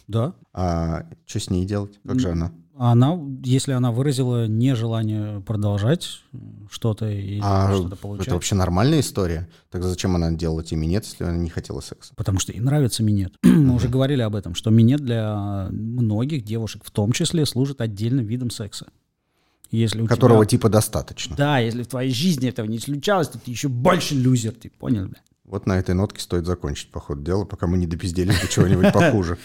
[SPEAKER 2] Да.
[SPEAKER 1] А что с ней делать? Как же она?
[SPEAKER 2] А Она, если она выразила нежелание продолжать м, что-то или
[SPEAKER 1] А
[SPEAKER 2] что-то получать,
[SPEAKER 1] это вообще нормальная история? Тогда зачем она делала тебе минет, если она не хотела секса?
[SPEAKER 2] потому что ей нравится минет. Мы уже говорили об этом, что минет для многих девушек, в том числе, служит отдельным видом секса. Если у
[SPEAKER 1] Которого
[SPEAKER 2] Ну, тебя...
[SPEAKER 1] типа достаточно.
[SPEAKER 2] Да, если в твоей жизни этого не случалось, то ты еще больше люзер, ты понял, бля?
[SPEAKER 1] Вот на этой нотке стоит закончить, по ходу дела, пока мы не допизделись до чего-нибудь похуже.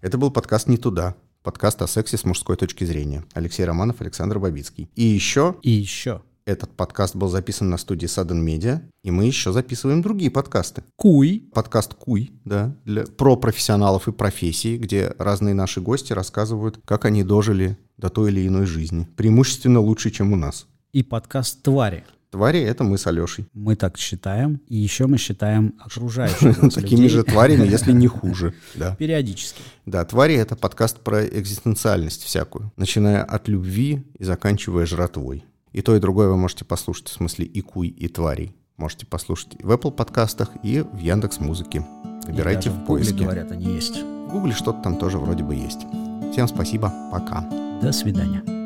[SPEAKER 1] Это был подкаст «Не туда». Подкаст о сексе с мужской точки зрения. Алексей Романов, Александр Бабицкий. И еще
[SPEAKER 2] И еще.
[SPEAKER 1] этот подкаст был записан на студии Sudden Media, и мы еще записываем другие подкасты.
[SPEAKER 2] Куй.
[SPEAKER 1] Подкаст «Куй», да, для, про профессионалов и профессии, где разные наши гости рассказывают, как они дожили до той или иной жизни. Преимущественно лучше, чем у нас.
[SPEAKER 2] И подкаст «Твари».
[SPEAKER 1] Твари — это мы с Алешей.
[SPEAKER 2] Мы так считаем. И еще мы считаем окружающих нас
[SPEAKER 1] Такими
[SPEAKER 2] людей
[SPEAKER 1] же тварями, если не хуже. Да.
[SPEAKER 2] периодически.
[SPEAKER 1] Да, «Твари» — это подкаст про экзистенциальность всякую, начиная от любви и заканчивая жратвой. И то, и другое вы можете послушать, в смысле и куй, и тварей. Можете послушать и в Apple подкастах, и в Яндекс Музыке. Выбирайте
[SPEAKER 2] И даже
[SPEAKER 1] в
[SPEAKER 2] Гугле,
[SPEAKER 1] поиске.
[SPEAKER 2] говорят, они есть.
[SPEAKER 1] В Гугле что-то там тоже вроде бы есть. Всем спасибо, пока.
[SPEAKER 2] До свидания.